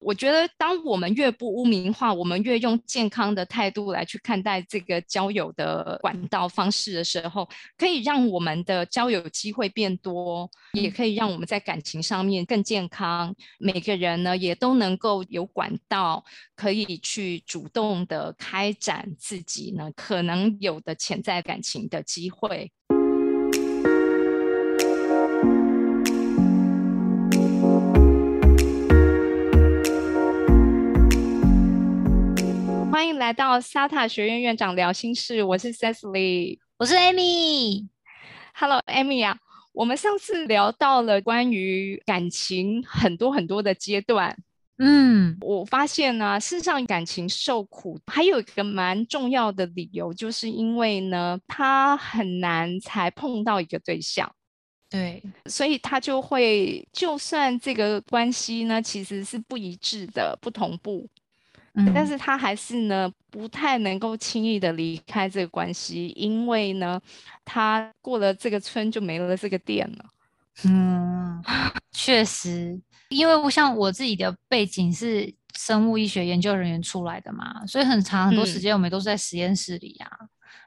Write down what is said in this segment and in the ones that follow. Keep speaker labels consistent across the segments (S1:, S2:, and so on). S1: 我觉得，当我们越不污名化，我们越用健康的态度来去看待这个交友的管道方式的时候，可以让我们的交友机会变多，也可以让我们在感情上面更健康。每个人呢，也都能够有管道可以去主动的开展自己呢可能有的潜在感情的机会。欢迎来到 SATA 学院院长聊心事，我是 Cecily，
S2: 我是 Amy。
S1: Hello，Amy 啊，我们上次聊到了关于感情很多很多的阶段。
S2: 嗯，
S1: 我发现呢、啊，事实上感情受苦还有一个蛮重要的理由，就是因为呢，他很难才碰到一个对象。
S2: 对，
S1: 所以他就会，就算这个关系呢其实是不一致的、不同步，
S2: 嗯
S1: 但是他还是呢不太能够轻易的离开这个关系，因为呢，他过了这个村就没了这个店了。
S2: 嗯， 确实，因为我像我自己的背景是生物医学研究人员出来的嘛，所以很长很多时
S1: 嗯
S2: 间我们都是在实验室里啊。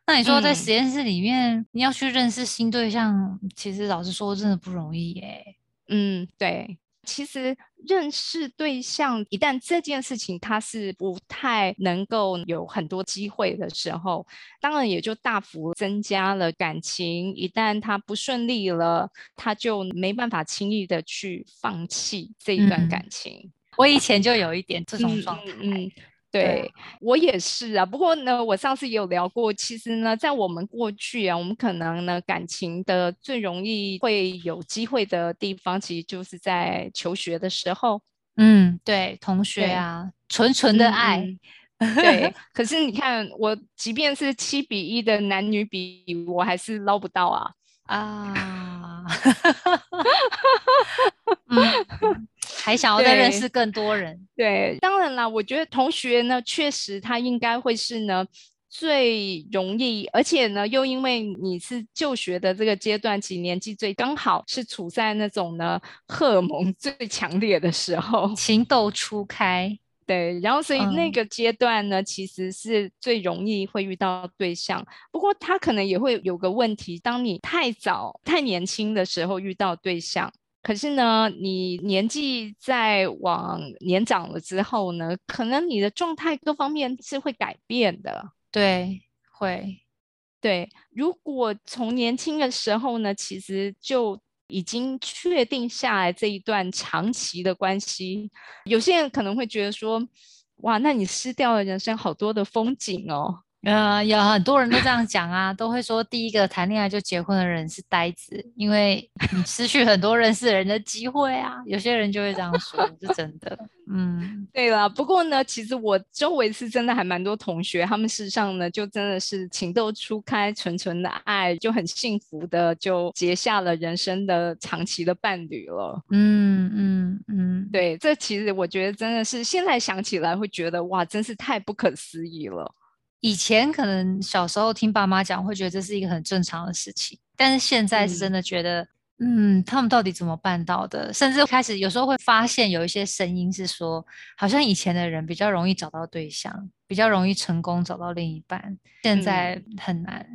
S2: 那你说在
S1: 嗯
S2: 实验室里面，你要去认识新对象，其实老实说真的不容易耶、
S1: 嗯，对，其实认识对象，一旦这件事情它是不太能够有很多机会的时候，当然也就大幅增加了感情。一旦它不顺利了，他就没办法轻易的去放弃这一段
S2: 嗯
S1: 感情。
S2: 我以前就有一点这种
S1: 嗯
S2: 状态，
S1: 嗯嗯
S2: 啊
S1: 对我也是啊，不过呢，我上次也有聊过，其实呢，在我们过去啊，我们可能呢感情的最容易会有机会的地方，其实就是在求学的时候，
S2: 嗯，对，同学
S1: 对
S2: 啊，纯纯的
S1: 嗯
S2: 爱，
S1: 嗯对，可是你看，我即便是七比一的男女比，我还是捞不到啊。
S2: 啊， 嗯，还想要再认
S1: 对
S2: 识更多人，
S1: 对，当然啦，我觉得同学呢，确实他应该会是呢最容易，而且呢，又因为你是就学的这个阶段，其实年纪最刚好是处在那种呢荷尔蒙最强烈的时候，
S2: 情窦初开，
S1: 对，然后所以那
S2: 嗯
S1: 个阶段呢，其实是最容易会遇到对象。不过他可能也会有个问题，当你太早、太年轻的时候遇到对象，可是呢，你年纪再往年长了之后呢，可能你的状态各方面是会改变的。
S2: 对，会，
S1: 对，如果从年轻的时候呢，其实就已经确定下来这一段长期的关系，有些人可能会觉得说，哇，那你失掉了人生好多的风景哦。
S2: 呃，有很多人都这样讲啊，都会说第一个谈恋爱就结婚的人是呆子，因为你失去很多认识人的机会啊，有些人就会这样说，是真的，嗯，
S1: 对啦，不过呢，其实我周围是真的还蛮多同学，他们事实上呢，就真的是情窦初开，纯纯的爱，就很幸福的就结下了人生的长期的伴侣了。
S2: 嗯嗯嗯，
S1: 对，这其实我觉得真的是现在想起来会觉得哇，真是太不可思议了。
S2: 以前可能小时候听爸妈讲，会觉得这是一个很正常的事情，但是现在是真的觉得，嗯他们到底怎么办到的？甚至开始有时候会发现有一些声音是说，好像以前的人比较容易找到对象，比较容易成功找到另一半，现在很难。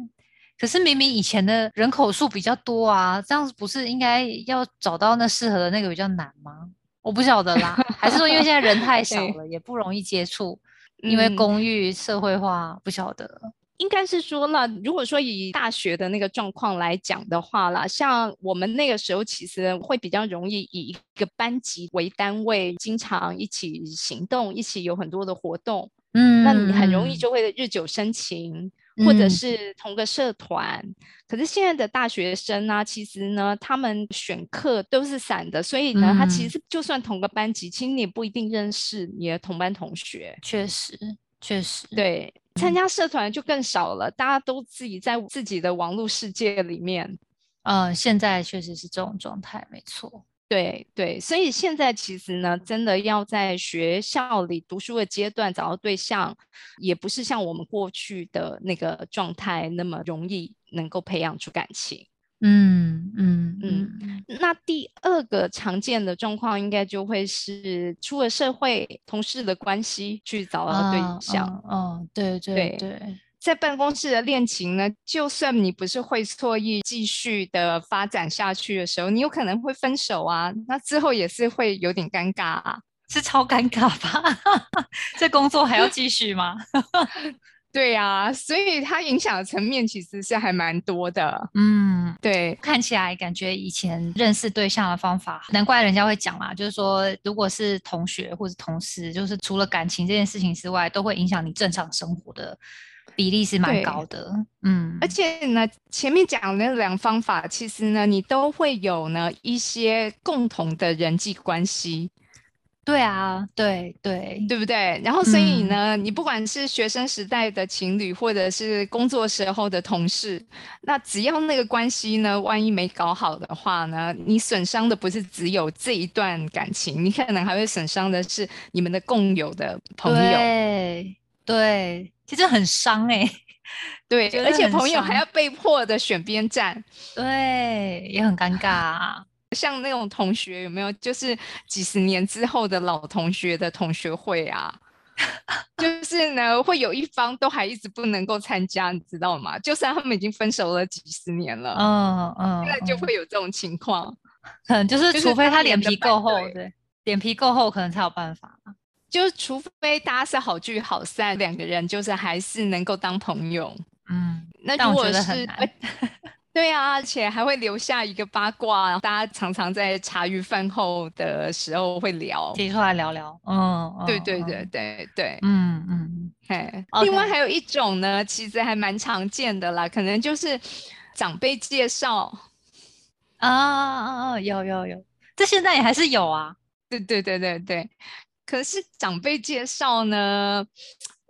S2: 可是明明以前的人口数比较多啊，这样子不是应该要找到那适合的那个比较难吗？我不晓得啦，还是说因为现在人太少
S1: 对
S2: 了，也不容易接触，因为
S1: 嗯
S2: 公寓社会化，不晓得。
S1: 应该是说啦，如果说以大学的那个状况来讲的话啦，像我们那个时候其实会比较容易以一个班级为单位，经常一起行动，一起有很多的活动，
S2: 嗯
S1: 那你很容易
S2: 嗯
S1: 就会日久生情。或者
S2: 嗯
S1: 是同个社团。可是现在的大学生呢、其实呢，他们选课都是散的，所以呢，他其
S2: 嗯
S1: 实就算同个班级，其实你也不一定认识你的同班同学。
S2: 确实确实，
S1: 对，参
S2: 嗯
S1: 加社团就更少了，大家都自己在自己的网络世界里面。
S2: 呃，现在确实是这种状态，没错。
S1: 对对，所以现在其实呢，真的要在学校里读书的阶段找到对象，也不是像我们过去的那个状态那么容易能够培养出感情。
S2: 嗯嗯
S1: 嗯
S2: 嗯
S1: 那第二个常见的状况，应该就会是出了社会，同事的关系去找到对
S2: 啊
S1: 象。
S2: 啊啊对对
S1: 对
S2: 对，
S1: 在办公室的恋情呢，就算你不是会错意继续的发展下去的时候，你有可能会分手啊，那之后也是会有点尴尬啊。
S2: 是超尴尬吧？ 这工作还要继续吗？
S1: 对啊，所以它影响的层面其实是还蛮多的。
S2: 嗯，
S1: 对，
S2: 看起来感觉以前认识对象的方法，难怪人家会讲啦，就是说，如果是同学或者同事，就是除了感情这件事情之外，都会影响你正常生活的比例是蛮
S1: 对
S2: 高的。嗯，
S1: 而且呢，前面讲的那两方法，其实呢，你都会有呢一些共同的人际关系。
S2: 对啊，对对
S1: 对不对？然后所以
S2: 嗯
S1: 呢，你不管是学生时代的情侣，或者是工作时候的同事，那只要那个关系呢，万一没搞好的话呢，你损伤的不是只有这一段感情，你可能还会损伤的是你们的共有的朋
S2: 哦
S1: 友。
S2: 对对，其实很伤哎、
S1: 对，
S2: 觉得
S1: 而且
S2: 很
S1: 朋友
S2: 伤
S1: 还要被迫的选边站。
S2: 对，也很尴尬啊、
S1: 像那种同学有没有，就是几十年之后的老同学的同学会啊， 就是呢，会有一方都还一直不能够参加，你知道吗？就算他们已经分手了几十年了，
S2: 嗯嗯，
S1: 那就
S2: 嗯
S1: 会有这种情况。
S2: 可能就是
S1: 就是
S2: 除非
S1: 当
S2: 他脸
S1: 年的
S2: 皮
S1: 班
S2: 够厚，
S1: 对
S2: 对，脸皮够厚，可能才有办法。
S1: 就是除非大家是好聚好散，两个人就是还是能够当朋友。
S2: 嗯，
S1: 那
S2: 但
S1: 如
S2: 我
S1: 果
S2: 觉得很
S1: 是
S2: 难
S1: 而。对啊，而且还会留下一个八卦，大家常常在茶余饭后的时候会聊。
S2: 提出来聊聊。嗯，嗯
S1: 对对对，对对，
S2: 嗯嗯嗯，
S1: 哎，另外
S2: OK
S1: 还有一种呢，其实还蛮常见的啦，可能就是长辈介绍。
S2: 啊啊啊，有有有，这现在也还是有啊。
S1: 对对对对对，可是长辈介绍呢，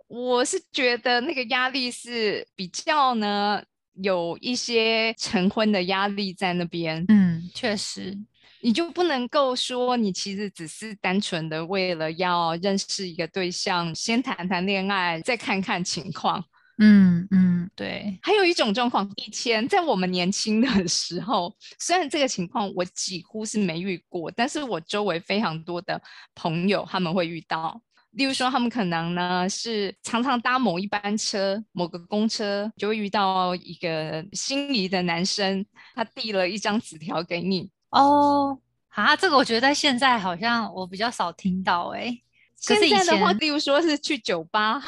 S1: 我是觉得那个压力是比较呢有一些成婚的压力在那边，
S2: 嗯，确实，
S1: 你就不能够说你其实只是单纯的为了要认识一个对象，先谈谈恋爱，再看看情况。
S2: 嗯嗯，对，
S1: 还有一种状况，以前在我们年轻的时候，虽然这个情况我几乎是没遇过，但是我周围非常多的朋友他们会遇到。例如说，他们可能呢是常常搭某一班车、某个公车，就会遇到一个心仪的男生，他递了一张纸条给你。
S2: 哦，啊，这个我觉得在现在好像我比较少听到哎、可
S1: 现
S2: 是以
S1: 在的话，
S2: 前
S1: 例如说是去酒吧，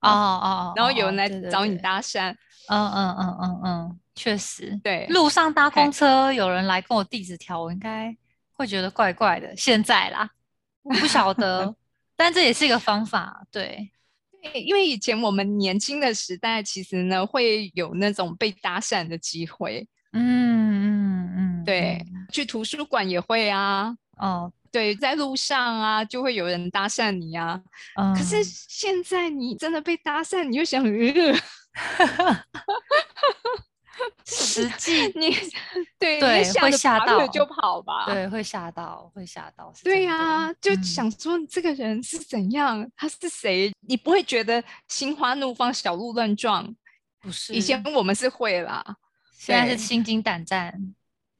S2: 哦哦，
S1: 然后
S2: 哦
S1: 有人来找你，
S2: 哦
S1: 搭讪，
S2: 对对对嗯嗯嗯嗯嗯，确实，
S1: 对
S2: 路上搭
S1: 嘿
S2: 公车有人来跟我递纸条，我应该会觉得怪怪的。现在啦，我不 晓得，但这也是一个方法，对，
S1: 对因为以前我们年轻的时代，其实呢会有那种被搭讪的机会，
S2: 嗯嗯嗯，
S1: 对
S2: 嗯，
S1: 去图书馆也会啊，
S2: 哦，
S1: 对，在路上啊就会有人搭讪你啊。
S2: 嗯，
S1: 可是现在你真的被搭讪，你就想，呃、
S2: 实际
S1: 你对，你
S2: 对
S1: 也吓
S2: 会
S1: 得
S2: 吓
S1: 拔腿
S2: 到
S1: 就跑吧。
S2: 对会吓到，会吓到，是
S1: 对
S2: 真
S1: 呀、
S2: 的
S1: 就
S2: 嗯
S1: 想说你这个人是怎样，他是谁，你不会觉得心花怒放、小鹿乱撞。
S2: 不是
S1: 以前我们是会啦，
S2: 现在
S1: 对
S2: 是心惊胆战，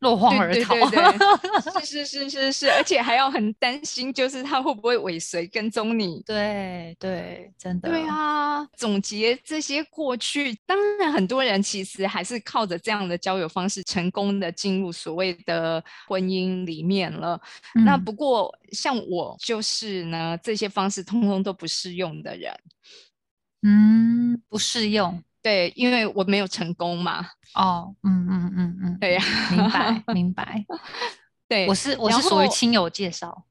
S2: 落荒而
S1: 对
S2: 逃，
S1: 对对对，是是是是是，而且还要很担心，就是他会不会尾随跟踪你。
S2: 对对，真的，
S1: 对，啊，总结这些过去，当然很多人其实还是靠着这样的交友方式，成功的进入所谓的婚姻里面了。那
S2: 嗯
S1: 不过像我就是呢，这些方式通通都不适用的人。
S2: 嗯不适用
S1: 对，因为我没有成功嘛。
S2: 哦，嗯嗯嗯嗯，
S1: 对呀、
S2: 嗯明白明白，
S1: 对，
S2: 我是我
S1: 然
S2: 是属于
S1: 后
S2: 亲友介绍，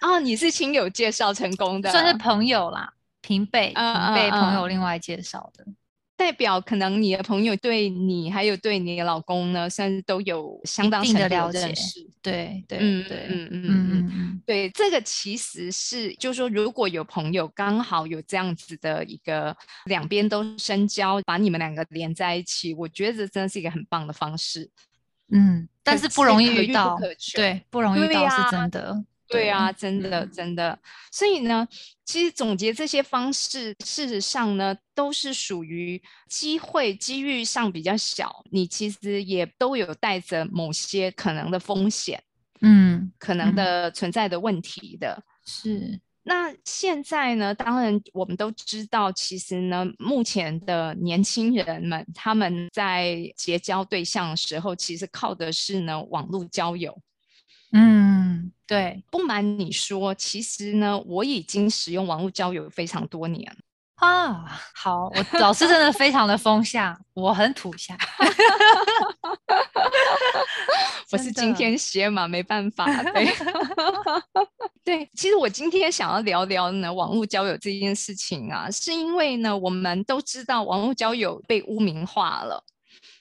S1: 啊，你是亲友介绍成功的，
S2: 算是朋友啦，平辈
S1: 嗯
S2: 平
S1: 嗯
S2: 辈朋友
S1: 嗯
S2: 另外介绍的，
S1: 代表可能你的朋友对你还有对你的老公呢，算是都有相当
S2: 定
S1: 程
S2: 的
S1: 度
S2: 了解
S1: 认识。
S2: 对对
S1: 嗯
S2: 对，
S1: 嗯嗯嗯嗯，
S2: 嗯嗯
S1: 对，这个其实是就是说，如果有朋友刚好有这样子的一个两边都深交，把你们两个连在一起，我觉得这真的是一个很棒的方式。
S2: 嗯嗯，但
S1: 可
S2: 是不容易
S1: 可
S2: 遇
S1: 不
S2: 到，
S1: 可求。
S2: 对，不容易遇
S1: 对
S2: 到
S1: 呀
S2: 是真的，
S1: 对
S2: 对
S1: 啊，真的
S2: 嗯
S1: 真的。所以呢，其实总结这些方式，事实上呢，都是属于机会机遇上比较小，你其实也都有带着某些可能的风险、
S2: 嗯，
S1: 可能
S2: 嗯
S1: 的存在的问题的。
S2: 是，
S1: 那现在呢？当然，我们都知道，其实呢，目前的年轻人们，他们在结交对象的时候，其实靠的是呢网络交友。
S2: 嗯，对，
S1: 不瞒你说，其实呢，我已经使用网络交友非常多年了。
S2: 啊，好，我老师真的非常的风向，我很土象，
S1: 我
S2: 真
S1: 是今
S2: 的
S1: 天歇嘛，没办法。 对，对，其实我今天想要聊聊呢，网络交友这件事情啊，是因为呢，我们都知道网络交友被污名化了。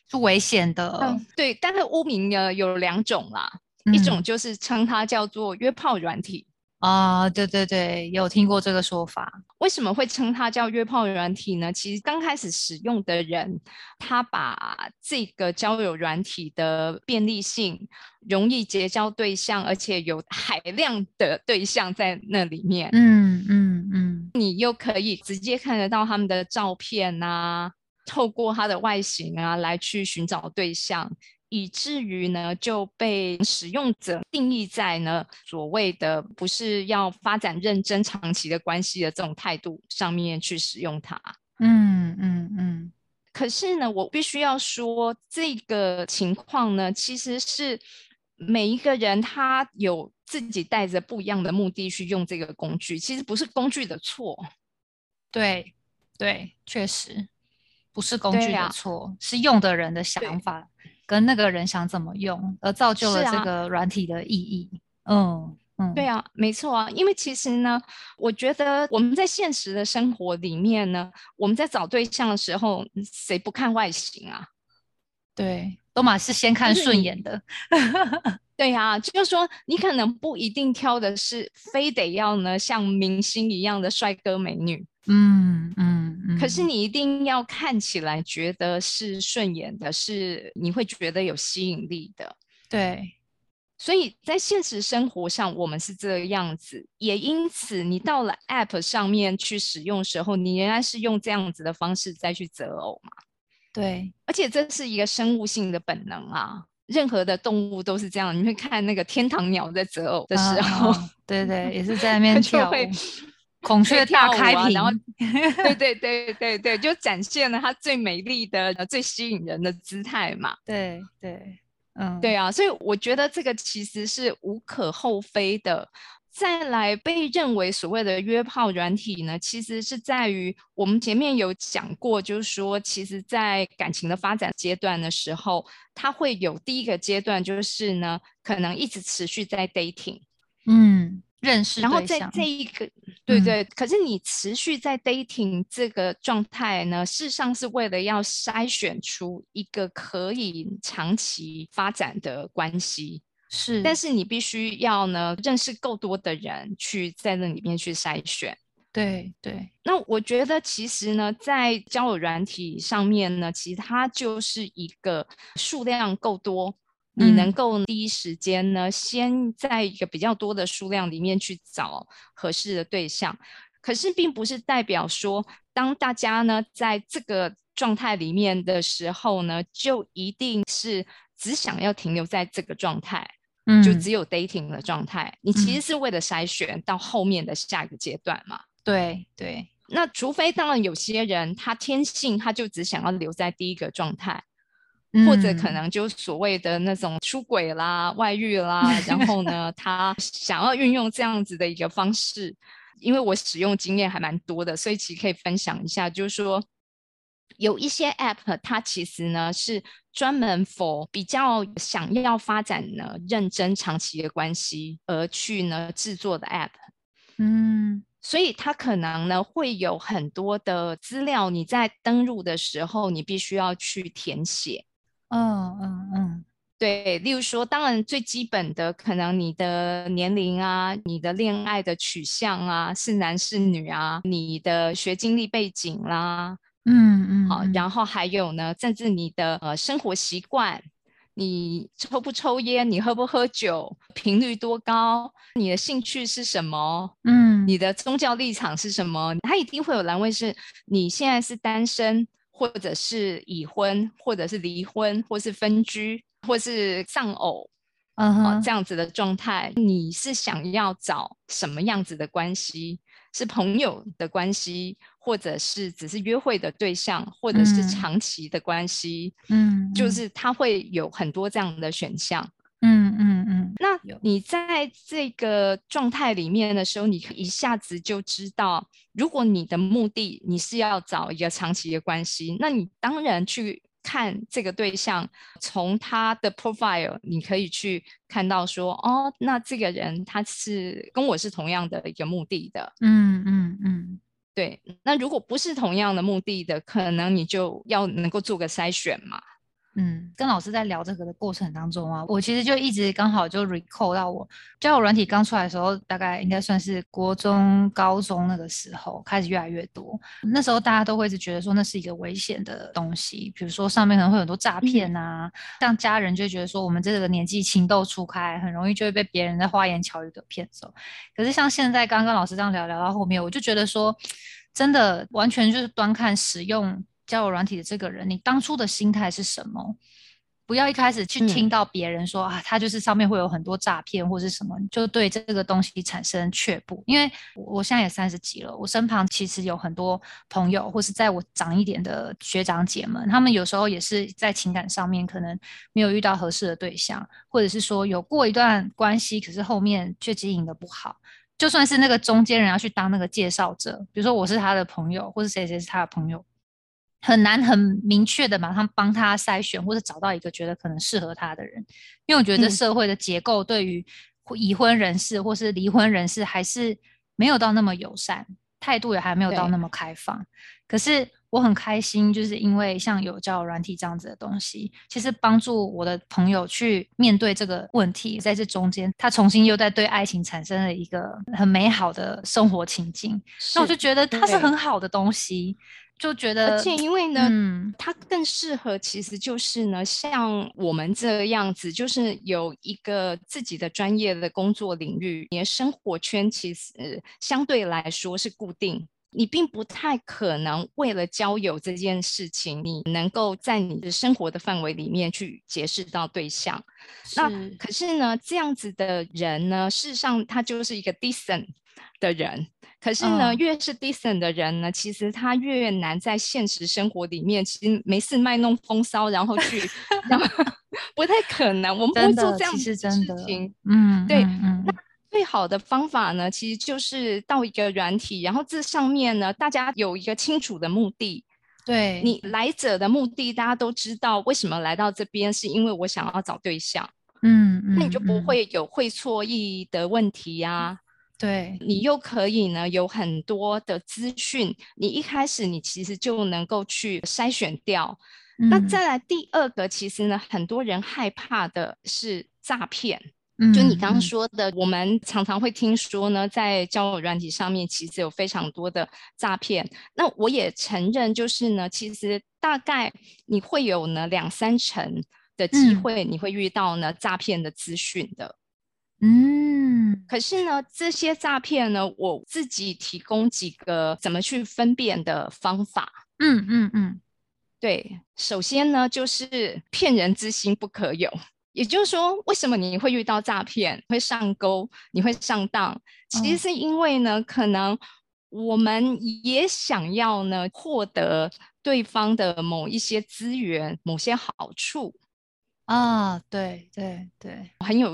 S2: 是危险的，
S1: 嗯，对，但是污名呢有两种啦，一种
S2: 嗯
S1: 就是称它叫做约炮软体。
S2: 啊，对对对，有听过这个说法，
S1: 为什么会称它叫约炮软体呢？其实刚开始使用的人，他把这个交友软体的便利性、容易结交对象，而且有海量的对象在那里面，
S2: 嗯嗯嗯，
S1: 你又可以直接看得到他们的照片啊，透过他的外形啊来去寻找对象，以至于呢就被使用者定义在呢所谓的不是要发展认真长期的关系的这种态度上面去使用它。
S2: 嗯嗯嗯，
S1: 可是呢，我必须要说，这个情况呢，其实是每一个人他有自己带着不一样的目的去用这个工具，其实不是工具的错。
S2: 对对，确实不是工
S1: 对
S2: 具
S1: 啊
S2: 的错，是用的人的
S1: 对
S2: 想法跟那个人想怎么用，而造就是了这
S1: 啊
S2: 个软体的意义，嗯嗯，
S1: 对啊，没错啊，因为其实呢，我觉得我们在现实的生活里面呢，我们在找对象的时候，嗯谁不看外形啊？
S2: 对，都嘛是先看
S1: 是
S2: 顺
S1: 你
S2: 眼的，
S1: 对啊，就是说你可能不一定挑的是非得要呢像明星一样的帅哥美女，
S2: 嗯嗯嗯，
S1: 可是你一定要看起来觉得是顺眼的，是你会觉得有吸引力的。
S2: 对，
S1: 所以在现实生活上，我们是这样子，也因此你到了 App 上面去使用的时候，你仍然是用这样子的方式再去择偶嘛，
S2: 对，
S1: 而且这是一个生物性的本能啊。任何的动物都是这样，你会看那个天堂鸟在择偶的时
S2: 啊
S1: 候，
S2: 啊对对，也是在那边
S1: 就
S2: 跳
S1: 会
S2: 舞，孔
S1: 会
S2: 雀大
S1: 跳舞
S2: 开
S1: 啊
S2: 屏，
S1: 然后对对对对对，就展现了它最美丽的、呃最吸引人的姿态嘛。
S2: 对对，嗯，
S1: 对啊，所以我觉得这个其实是无可厚非的。再来被认为所谓的约炮软体呢，其实是在于我们前面有讲过，就是说，其实，在感情的发展阶段的时候，它会有第一个阶段，就是呢，可能一直持续在 dating，
S2: 嗯，认识
S1: 然后
S2: 对
S1: 在
S2: 象
S1: 这一个，对
S2: 嗯
S1: 对，可是你持续在 dating 这个状态呢，事实上是为了要筛选出一个可以长期发展的关系。
S2: 是，
S1: 但是你必须要呢认识够多的人去在那里面去筛选。
S2: 对对，
S1: 那我觉得其实呢，在交友软体上面呢，其实它就是一个数量够多，你能
S2: 嗯
S1: 够第一时间呢，先在一个比较多的数量里面去找合适的对象。可是并不是代表说，当大家呢在这个状态里面的时候呢，就一定是只想要停留在这个状态。
S2: 嗯，
S1: 就只有 dating 的状态，你其
S2: 嗯
S1: 实是为了筛选到后面的下一个阶段嘛。
S2: 对对，
S1: 那除非当然有些人他天性他就只想要留在第一个状态，或者可
S2: 嗯
S1: 能就所谓的那种出轨啦、外遇啦，然后呢他想要运用这样子的一个方式，因为我使用经验还蛮多的，所以其实可以分享一下，就是说。有一些 App，它其实呢是专门 for 比较想要发展呢认真长期的关系而去呢制作的 App，
S2: 嗯
S1: 所以它可能呢会有很多的资料，你在登录的时候你必须要去填写。
S2: 嗯嗯嗯，
S1: 对，例如说，当然最基本的可能你的年龄啊、你的恋爱的取向啊，是男是女啊，你的学经历背景啦，
S2: 嗯嗯
S1: 好、
S2: 嗯
S1: 然后还有呢，甚至你的呃生活习惯、你抽不抽烟，你喝不喝酒，频率多高，你的兴趣是什么，
S2: 嗯，
S1: 你的宗教立场是什么，他一定会有栏位是你现在是单身，或者是已婚，或者是离婚，或是分居，或是丧偶。
S2: 嗯
S1: 哦
S2: 哼，，
S1: 这样子的状态，你是想要找什么样子的关系？是朋友的关系，或者是只是约会的对象，或者是
S2: 嗯
S1: 长期的关系？
S2: 嗯，
S1: 就
S2: 嗯，
S1: 是它会有很多这样的选项。
S2: 嗯嗯嗯，
S1: 那
S2: 有
S1: 你在这个状态里面的时候，你可以一下子就知道，如果你的目的你是要找一个长期的关系，那你当然去看这个对象，从他的 profile，你可以去看到说，哦，那这个人他是跟我是同样的一个目的的，
S2: 嗯嗯嗯
S1: 对。那如果不是同样的目的的，可能你就要能够做个筛选嘛。
S2: 嗯，跟老师在聊这个的过程当中啊，我其实就一直刚好就 recall 到我交友软体刚出来的时候，大概应该算是国中、高中那个时候开始越来越多。那时候大家都会一直觉得说那是一个危险的东西，比如说上面可能会有很多诈骗啊，像家人就会觉得说我们这个年纪情窦初开，很容易就会被别人在花言巧语给骗走。可是像现在刚刚老师这样聊聊到后面，我就觉得说，真的完全就是端看使用交友软体的这个人，你当初的心态是什么？不要一开始去
S1: 嗯
S2: 听到别人说、啊，他就是上面会有很多诈骗或是什么，你就对这个东西产生却步。因为我我现在也三十几了，我身旁其实有很多朋友，或是在我长一点的学长姐们，他们有时候也是在情感上面可能没有遇到合适的对象，或者是说有过一段关系，可是后面却经营的不好。就算是那个中间人要去当那个介绍者，比如说我是他的朋友，或是谁谁是他的朋友，很难很明确的马上帮他筛选或者找到一个觉得可能适合他的人，因为我觉得这
S1: 嗯
S2: 社会的结构对于已婚人士或是离婚人士还是没有到那么友善，态度也还没有到
S1: 对
S2: 那么开放。可是我很开心，就是因为像有交友软体这样子的东西，其实帮助我的朋友去面对这个问题，在这中间，他重新又在对爱情产生了一个很美好的生活情境。那我
S1: 是
S2: 就觉得它是
S1: 对
S2: 很好的东西，就觉得
S1: 而且因为呢，
S2: 嗯
S1: 它更适合，其实就是呢，像我们这样子，就是有一个自己的专业的工作领域，你的生活圈其实呃相对来说是固定。你并不太可能为了交友这件事情，你能够在你的生活的范围里面去结识到对象。那
S2: 是
S1: 可是呢，这样子的人呢，事实上他就是一个 decent 的人。可是呢，
S2: 嗯
S1: 越是 decent 的人呢，其实他越难在现实生活里面，其实没事卖弄风骚，然后 去，然后不太可能，我们不会
S2: 真
S1: 做
S2: 的
S1: 这样
S2: 其
S1: 子
S2: 实
S1: 的
S2: 真的
S1: 事情。
S2: 嗯
S1: 对
S2: 嗯嗯
S1: 最好的方法呢，其实就是到一个软体，然后这上面呢，大家有一个清楚的目的，
S2: 对
S1: 你来者的目的，大家都知道为什么来到这边，是因为我想要找对象。
S2: 嗯嗯
S1: 那你就不
S2: 嗯
S1: 会有会错意的问题呀、
S2: 对
S1: 你又可以呢有很多的资讯，你一开始你其实就能够去筛选掉。那
S2: 嗯
S1: 再来第二个，其实呢很多人害怕的是诈骗，
S2: 嗯
S1: 就你刚刚
S2: 嗯
S1: 说的，我们常常会听说呢，在交友软体上面其实有非常多的诈骗。那我也承认，就是呢，其实大概你会有呢两三成的机
S2: 嗯
S1: 会，你会遇到呢诈骗的资讯的。
S2: 嗯
S1: 可是呢，这些诈骗呢，我自己提供几个怎么去分辨的方法。
S2: 嗯嗯嗯
S1: 对，首先呢，就是骗人之心不可有。也就是说，为什么你会遇到诈骗，会上钩，你会上当？其
S2: 嗯
S1: 实是因为呢，可能我们也想要呢获得对方的某一些资源、某些好处。
S2: 啊对对对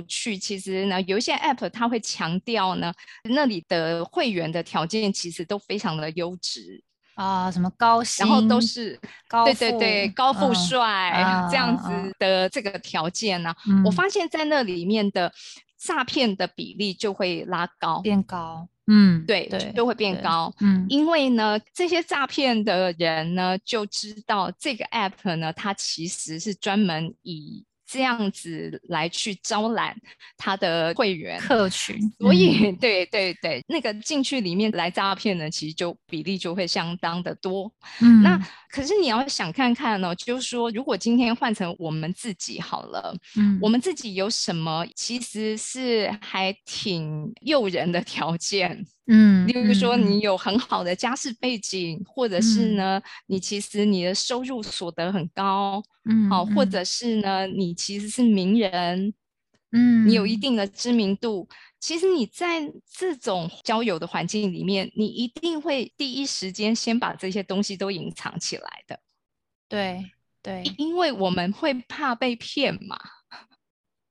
S1: 去，其实呢，有一些 App 它会强调呢，那里的会员的条件其实都非常的优质，
S2: 啊什么高薪
S1: 然后都是
S2: 高
S1: 对对对
S2: 富
S1: 高富
S2: 嗯
S1: 帅、这样
S2: 啊啊
S1: 子的这个条件呢、我
S2: 嗯
S1: 发现在那里面的诈骗的比例就会拉高，
S2: 变高嗯
S1: 对，
S2: 对
S1: 就会变
S2: 对
S1: 高。
S2: 嗯
S1: 因为呢，这些诈骗的人呢，就知道这个 app 呢，它其实是专门以这样子来去招揽他的会员。
S2: 客群，
S1: 所
S2: 嗯
S1: 以，对对对，那个进去里面来诈骗的，其实就比例就会相当的多。
S2: 嗯
S1: 那可是你要想看看哦，就是说，如果今天换成我们自己好了，
S2: 嗯
S1: 我们自己有什么其实是还挺诱人的条件，
S2: 嗯，
S1: 例如说
S2: 嗯
S1: 你有很好的家世背景，或者是
S2: 嗯
S1: 呢，你其实你的收入所得很高，
S2: 嗯
S1: 好、或
S2: 嗯
S1: 者是呢，你其实是名人，
S2: 嗯，
S1: 你有一定的知名度，其实你在这种交友的环境里面，你一定会第一时间先把这些东西都隐藏起来的，
S2: 对对
S1: 因为我们会怕被骗嘛。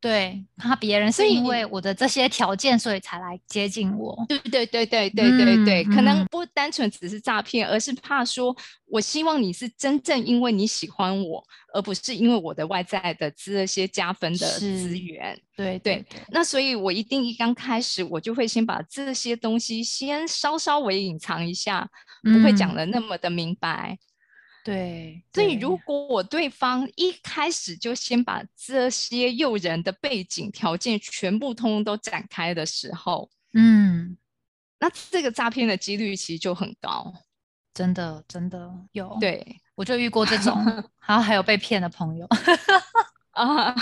S2: 对，怕别人
S1: 所
S2: 是因
S1: 以
S2: 为我的这些条件，所以才来接近我。
S1: 对对对对对对对，可能
S2: 嗯
S1: 不单纯只是诈骗，而是怕说，我希望你是真正因为你喜欢我，而不是因为我的外在的这些加分的
S2: 是
S1: 资源。
S2: 对
S1: 对那所以，我一定一刚开始，我就会先把这些东西先稍稍微隐藏一下，不会讲
S2: 嗯
S1: 的那么的明白。
S2: 对，
S1: 所以，如
S2: 对
S1: 果对方一开始就先把这些诱人的背景条件全部通通都展开的时候，
S2: 嗯，
S1: 那这个诈骗的几率其实就很高。
S2: 真的真的有，，
S1: 对
S2: 我就遇过这 种，然后还有被骗的朋友。
S1: 啊，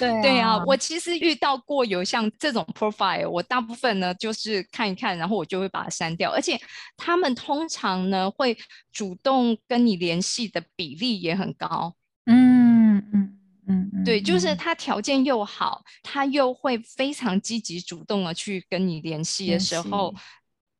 S2: 对
S1: 对啊，我其实遇到过有像这种 profile，我大部分呢就是看一看，然后我就会把它删掉。而且他们通常呢会主动跟你联系的比例也很高。
S2: 嗯嗯嗯嗯，
S1: 对，就是
S2: 嗯
S1: 他条件又好，他又会非常积极主动的去跟你联系的
S2: 联
S1: 时候
S2: 系，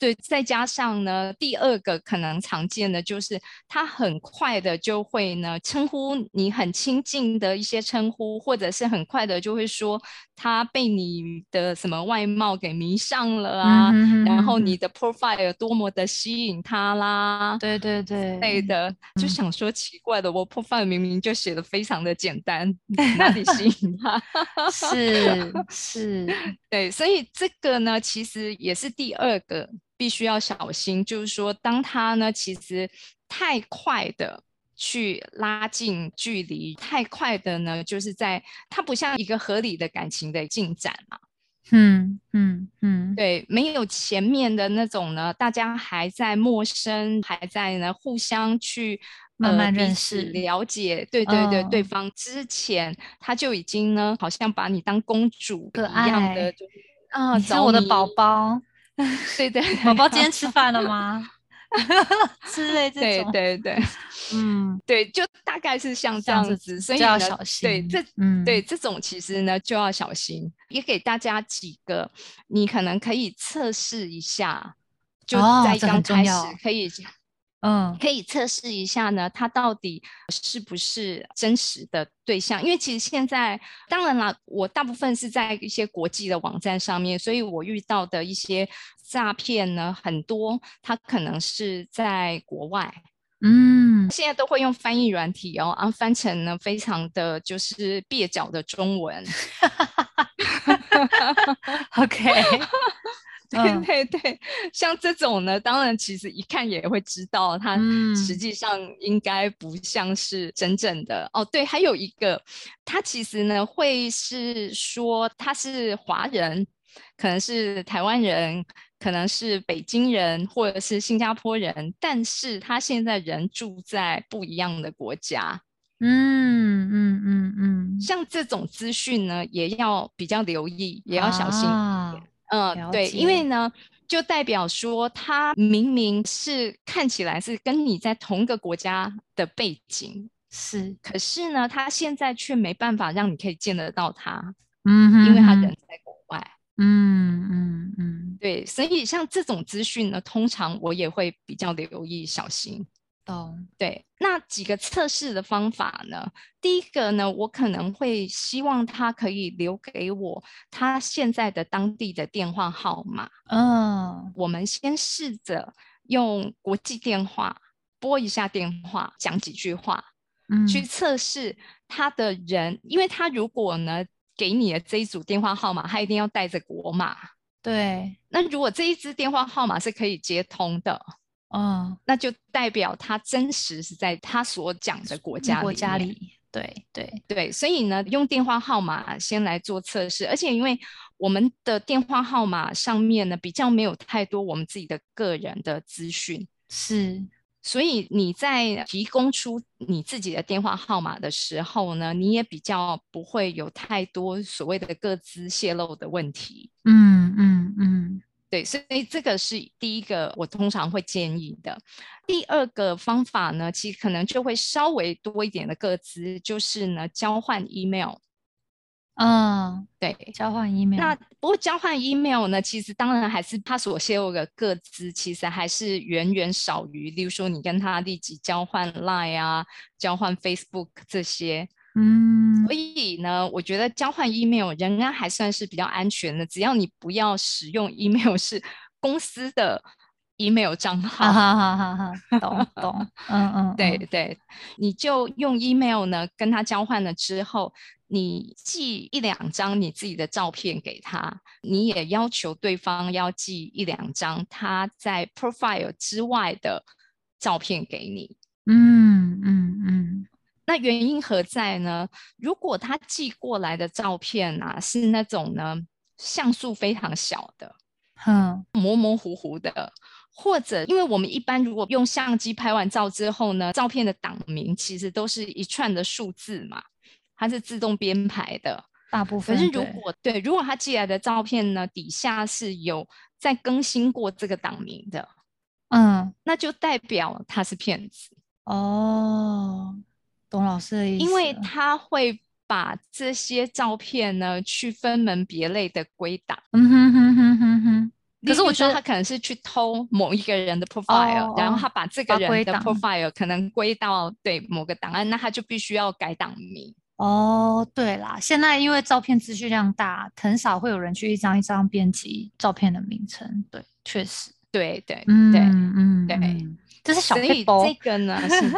S1: 对，再加上呢，第二个可能常见的就是他很快的就会呢称呼你很亲近的一些称呼，或者是很快的就会说他被你的什么外貌给迷上了啊，
S2: 嗯哼
S1: 然后
S2: 哼
S1: 你
S2: 哼
S1: 的 profile 有多么的吸引他啦，
S2: 对对
S1: 之类
S2: 对，
S1: 的，就
S2: 嗯
S1: 想说奇怪的，我 profile 明明就写的非常的简 单，哪里吸引他？
S2: 是是，
S1: 对，所以这个呢，其实也是第二个必须要小心，就是说，当他呢其实太快的。去拉近距离，太快的呢，就是在它不像一个合理的感情的进展嘛，
S2: 嗯嗯嗯，
S1: 对，没有前面的那种呢，大家还在陌生，还在呢互相去
S2: 慢
S1: 呃
S2: 慢
S1: 彼
S2: 认
S1: 此
S2: 识
S1: 了解，对对对，对
S2: 嗯
S1: 方之前他就已经呢，好像把你当公主
S2: 可
S1: 一样
S2: 爱
S1: 的，就啊
S2: 你是
S1: 着
S2: 我的
S1: 迷
S2: 宝， 宝，
S1: 对对
S2: 宝宝今天吃饭了吗？ 之类这
S1: 对
S2: 种，
S1: 对 对
S2: 嗯，
S1: 对，就大概是像这
S2: 这样
S1: 样
S2: 子
S1: 子，所以
S2: 就要
S1: 呢
S2: 小
S1: 对
S2: 心，
S1: 这
S2: 嗯，
S1: 对，这种其实呢就要小心，也给大家几个，你可能可以测试一下，就
S2: 哦
S1: 在
S2: 这
S1: 刚
S2: 很重
S1: 开始
S2: 要
S1: 可以
S2: 嗯，
S1: 可以测试一下呢，他到底是不是真实的对象？因为其实现在，当然啦，我大部分是在一些国际的网站上面，所以我遇到的一些诈骗呢，很多他可能是在国外，
S2: 嗯
S1: 现在都会用翻译软体哦，啊，翻成呢非常的就是蹩脚的中文，
S2: ，OK，嗯
S1: 对对对，像这种呢，当然其实一看也会知道，它实
S2: 嗯
S1: 际上应该不像是真正的哦。对，还有一个，它其实呢会是说他是华人，可能是台湾人，可能是北京人，或者是新加坡人，但是他现在人住在不一样的国家。
S2: 嗯嗯嗯嗯，
S1: 像这种资讯呢，也要比较留意，也要小心
S2: 啊，
S1: 嗯，
S2: 了
S1: 对，因为
S2: 解
S1: 呢，就代表说他明明是看起来是跟你在同一个国家的背景，
S2: 是，
S1: 可是呢，他现在却没办法让你可以见得到他，
S2: 嗯
S1: 因为
S2: 哼
S1: 他
S2: 哼
S1: 人，在国外。
S2: 嗯嗯嗯，
S1: 对，所以像这种资讯呢，通常我也会比较留意小心。
S2: 懂，
S1: 对，那几个测试的方法呢？第一个呢，我可能会希望他可以留给我他现在的当地的电话号码。
S2: 嗯
S1: 我们先试着用国际电话拨一下电话，讲几句话，去
S2: 嗯
S1: 测试他的人，因为他如果呢给你的这一组电话号码，他一定要带着国码。
S2: 对，
S1: 那如果这一支电话号码是可以接通的，
S2: 嗯，
S1: 那就代表他真实是在他所讲的国
S2: 那
S1: 家
S2: 国
S1: 里
S2: 家
S1: 面。
S2: 里，对对，
S1: 对，所以呢，用电话号码先来做测试，而且因为我们的电话号码上面呢比较没有太多我们自己的个人的资讯，
S2: 是，
S1: 所以你在提供出你自己的电话号码的时候呢，你也比较不会有太多所谓的各自泄露的问题。
S2: 嗯嗯嗯，
S1: 对，所以这个是第一个我通常会建议的。第二个方法呢，其实可能就会稍微多一点的个资，就是呢交换 email。
S2: 嗯，
S1: 对，
S2: 交换 email，
S1: 那不过交换 email 呢，其实当然还是他所泄露的个资，其实还是远远少于，例如说你跟他立即交换 Line 啊，交换 Facebook 这些。
S2: 嗯
S1: 所以呢，我觉得交换 email 仍然还算是比较安全的，只要你不要使用 email 是公司的 email 账号。
S2: 啊哈哈哈哈哈，懂 懂，嗯嗯，
S1: 对
S2: 嗯，
S1: 对，你就用 email 呢跟他交换了之后，你寄一两张你自己的照片给他，你也要求对方要寄一两张他在 profile 之外的照片给你。
S2: 嗯嗯嗯，
S1: 那原因何在呢？如果他寄过来的照片啊是那种呢像素非常小的，
S2: 哼，
S1: 模模糊糊的，或者因为我们一般如果用相机拍完照之后呢，照片的档名其实都是一串的数字嘛，它是自动编排的。
S2: 大部
S1: 可
S2: 分
S1: 是如
S2: 嗯对
S1: 果对，如果他寄来的照片呢，底下是有在更新过这个档名的，
S2: 嗯
S1: 那就代表他是骗子，
S2: 哦，懂老师的意思了，
S1: 因为他会把这些照片呢去分门别类的归档。
S2: 嗯哼哼哼哼哼，可
S1: 例
S2: 是我
S1: 如
S2: 觉
S1: 说
S2: 得
S1: 他可能是去偷某一个人的 profile，、然
S2: 哦
S1: 后他把这个
S2: 把归
S1: 人的
S2: 档
S1: profile 可能归到对某个档案，那他就必须要改档名。
S2: 哦，对啦，现在因为照片资讯量大，很少会有人去一张一张编辑照片的名称。对，确实，
S1: 对对
S2: 嗯
S1: 对，
S2: 嗯
S1: 对
S2: 嗯，这是小
S1: 所以
S2: 配包
S1: 这，个呢是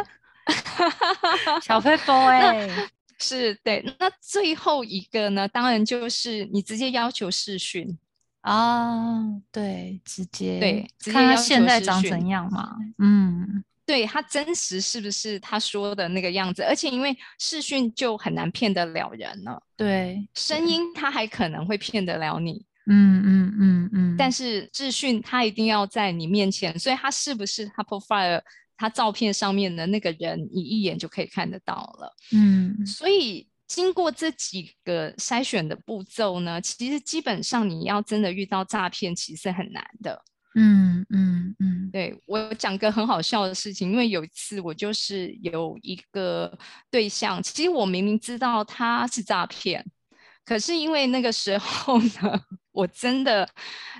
S2: 小配包哎，
S1: 是对。那最后一个呢，当然就是你直接要求视讯，
S2: 啊，对，直接
S1: 对直
S2: 看
S1: 接
S2: 他
S1: 要
S2: 现
S1: 求
S2: 在
S1: 视
S2: 长
S1: 讯
S2: 怎样嘛，嗯，
S1: 对他真实是不是他说的那个样子？而且因为视讯就很难骗得了人了，
S2: 对，
S1: 声音他还可能会骗得了你。
S2: 嗯嗯嗯嗯，
S1: 但是智讯他一定要在你面前，所以他是不是他 profile 他照片上面的那个人，你一眼就可以看得到了。
S2: 嗯
S1: 所以经过这几个筛选的步骤呢，其实基本上你要真的遇到诈骗，其实很难的。
S2: 嗯嗯嗯，
S1: 对我讲个很好笑的事情，因为有一次我就是有一个对象，其实我明明知道他是诈骗，可是因为那个时候呢， 我真的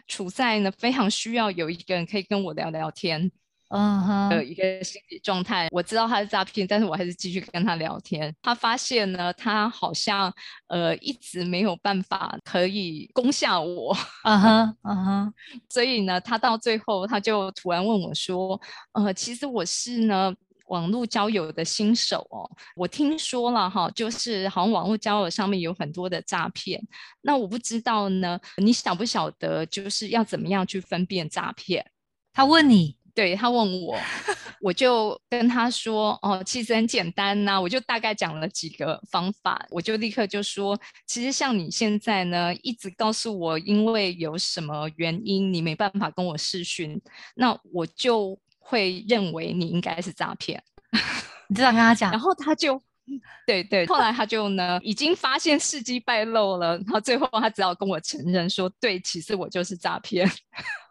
S1: 处在呢非常需要有一个人可以跟我聊聊天
S2: 嗯
S1: 的
S2: 哼，
S1: 一个心理状态。我知道他是诈骗，但是我还是继续跟他聊天。他发现呢，他好像呃一直没有办法可以攻下我。
S2: 嗯哼，嗯哼，
S1: 所以呢，他到最后他就突然问我说：“呃，其实我是呢网络交友的新手哦，我听说了哈，就是好像网络交友上面有很多的诈骗，那我不知道呢，你晓不晓得就是要怎么样去分辨诈骗？”
S2: 他问你，
S1: 对他问我，我就跟他说，哦，其实很简单呐、我就大概讲了几个方法，我就立刻就说，其实像你现在呢，一直告诉我因为有什么原因你没办法跟我视讯，那我就会认为你应该是诈骗。
S2: 你这样跟他讲
S1: 然，后他就，对对，后来他就呢已经发现事机败露了，然后最后他只好跟我承认说，对，其实我就是诈骗。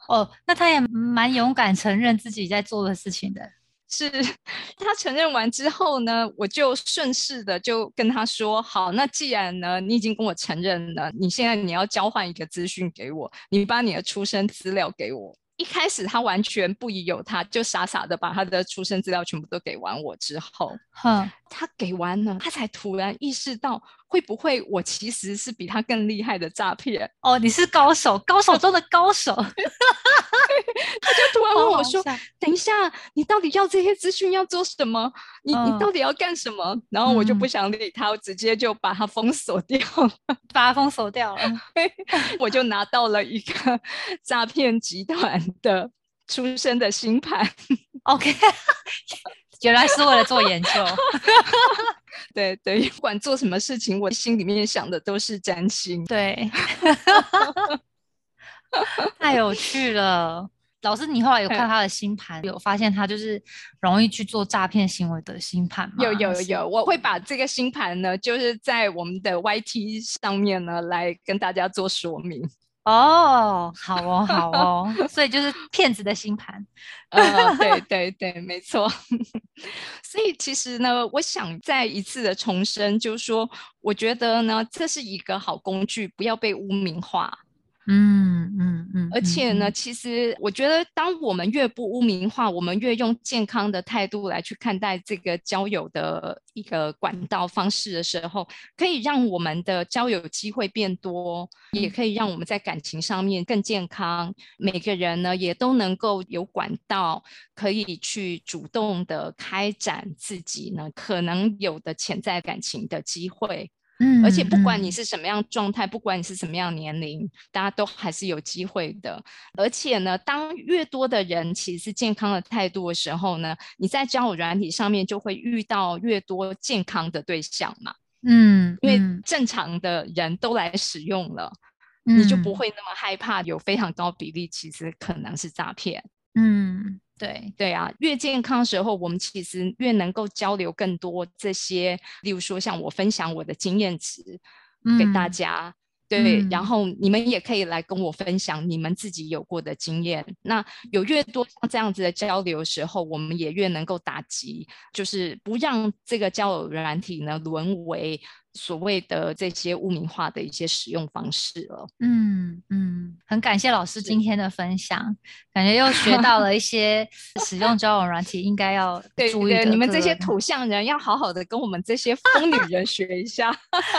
S2: 哦，那他也蛮勇敢承认自己在做的事情的。
S1: 是 他承认完之后呢，我就顺势的就跟他说：“好，那既然呢你已经跟我承认了，你现在你要交换一个资讯给我，你把你的出生资料给我。”一开始他完全不疑有他，就傻傻的把他的出生资料全部都给完我之后，
S2: 哼，
S1: 他给完了，他才突然意识到，会不会我其实是比他更厉害的诈骗？
S2: 哦，你是高手，高手中的 高手。哦
S1: 就突然问
S2: 好
S1: 我
S2: 好
S1: 说：“
S2: 笑
S1: 等一下，你到底要这些资讯要做什么？你
S2: 嗯
S1: 你到底要干什么？然后我就
S2: 嗯
S1: 不想理他，我直接就把他封锁掉。
S2: 把他封锁掉了。嗯
S1: 我就拿到了一个 诈骗集团的出生的星盘，
S2: OK，原来是为了做研究。
S1: 对对，不管做什么事情，我心里面想的都是占星。
S2: 对，太有趣了。老师，你后来有
S1: 嗯
S2: 看他的星盘，有发现他就是容易去做诈骗行为的星盘吗？
S1: 有有有，我会把这个星盘呢，就是在我们的 YT 上面呢，来跟大家做说明。
S2: 哦，好哦，好哦，所以就是骗子的星盘，
S1: 呃，对对对，没错。 所以其实呢，我想再一次的重申，就是说，我觉得呢，这是一个好工具，不要被污名化。
S2: 嗯嗯嗯，
S1: 而且呢，
S2: 嗯，
S1: 其实我觉得，当我们越不污名化，我们越用健康的态度来去看待这个交友的一个管道方式的时候，可以让我们的交友机会变多，也可以让我们在感情上面更健康。每个人呢，也都能够有管道，可以去主动的开展自己呢可能有的潜在感情的机会。
S2: 嗯
S1: 而且不管
S2: 嗯
S1: 你是什么样状态，不管你是什么样年龄，大家都还是有机会的。而且呢，当越多的人其实是健康的态度的时候呢，你在交友软体上面就会遇到越多健康的对象嘛，
S2: 嗯，
S1: 因为
S2: 嗯
S1: 正常的人都来使用了，你就不
S2: 嗯
S1: 会那么害怕有非常高比例其实可能是诈骗。
S2: 嗯，对，
S1: 对啊，越健康的时候，我们其实越能够交流更多这些，例如说像我分享我的经验值，给大
S2: 嗯
S1: 家。对，然
S2: 嗯
S1: 后你们也可以来跟我分享你们自己有过的经验。那有越多像这样子的交流的时候，我们也越能够打击，就是不让这个交友软体呢沦为所谓的这些污名化的一些使用方式了。
S2: 嗯嗯，很感谢老师
S1: 是
S2: 今天的分享，感觉又学到了 一些使用交友软体应该要
S1: 对呃
S2: 注意的
S1: 对，你们这
S2: 各
S1: 些
S2: 个东西。
S1: 土象人要好好的跟我们这些疯女人学一下。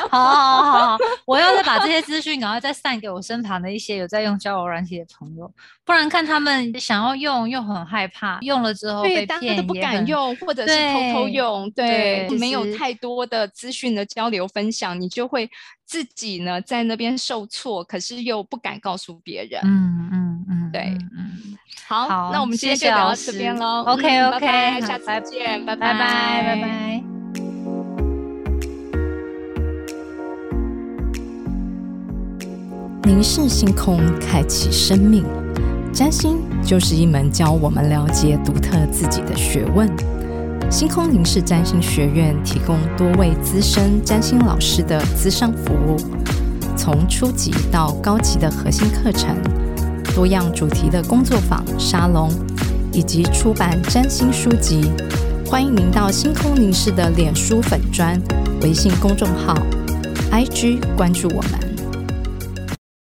S2: 好好好 好，我要再把这些资讯赶快再散给我身旁的一些有在用交友软体的朋友，不然看他们想要用又很害怕，用了之后
S1: 对，
S2: 哦被
S1: 大家
S2: 骗也
S1: 都不敢
S2: 很
S1: 用，或者是偷偷
S2: 对
S1: 用，
S2: 对
S1: 对，
S2: 其
S1: 没有
S2: 实
S1: 太多的资讯的交流分享，你就会自己呢在那边受挫，可是又不敢告诉别人。
S2: 嗯嗯嗯，
S1: 对
S2: 嗯嗯，
S1: 好，
S2: 好，
S1: 那我们今
S2: 谢
S1: 天就
S2: 谢
S1: 聊
S2: 老
S1: 到这
S2: 师
S1: 边喽。
S2: OK
S1: 嗯拜
S2: OK，
S1: 拜
S2: 好
S1: 下次
S2: 拜
S1: 见，拜
S2: 拜拜拜
S1: 拜。
S2: 拜。
S3: 凝视星空，开启生命。占星就是一门教我们了解独特自己的学问。星空凝视占星学院提供多位资深占星老师的资商服务，从初级到高级的核心课程、多样主题的工作坊、沙龙，以及出版占星书籍。欢迎您到星空凝视的脸书粉砖、微信公众号、IG 关注我们。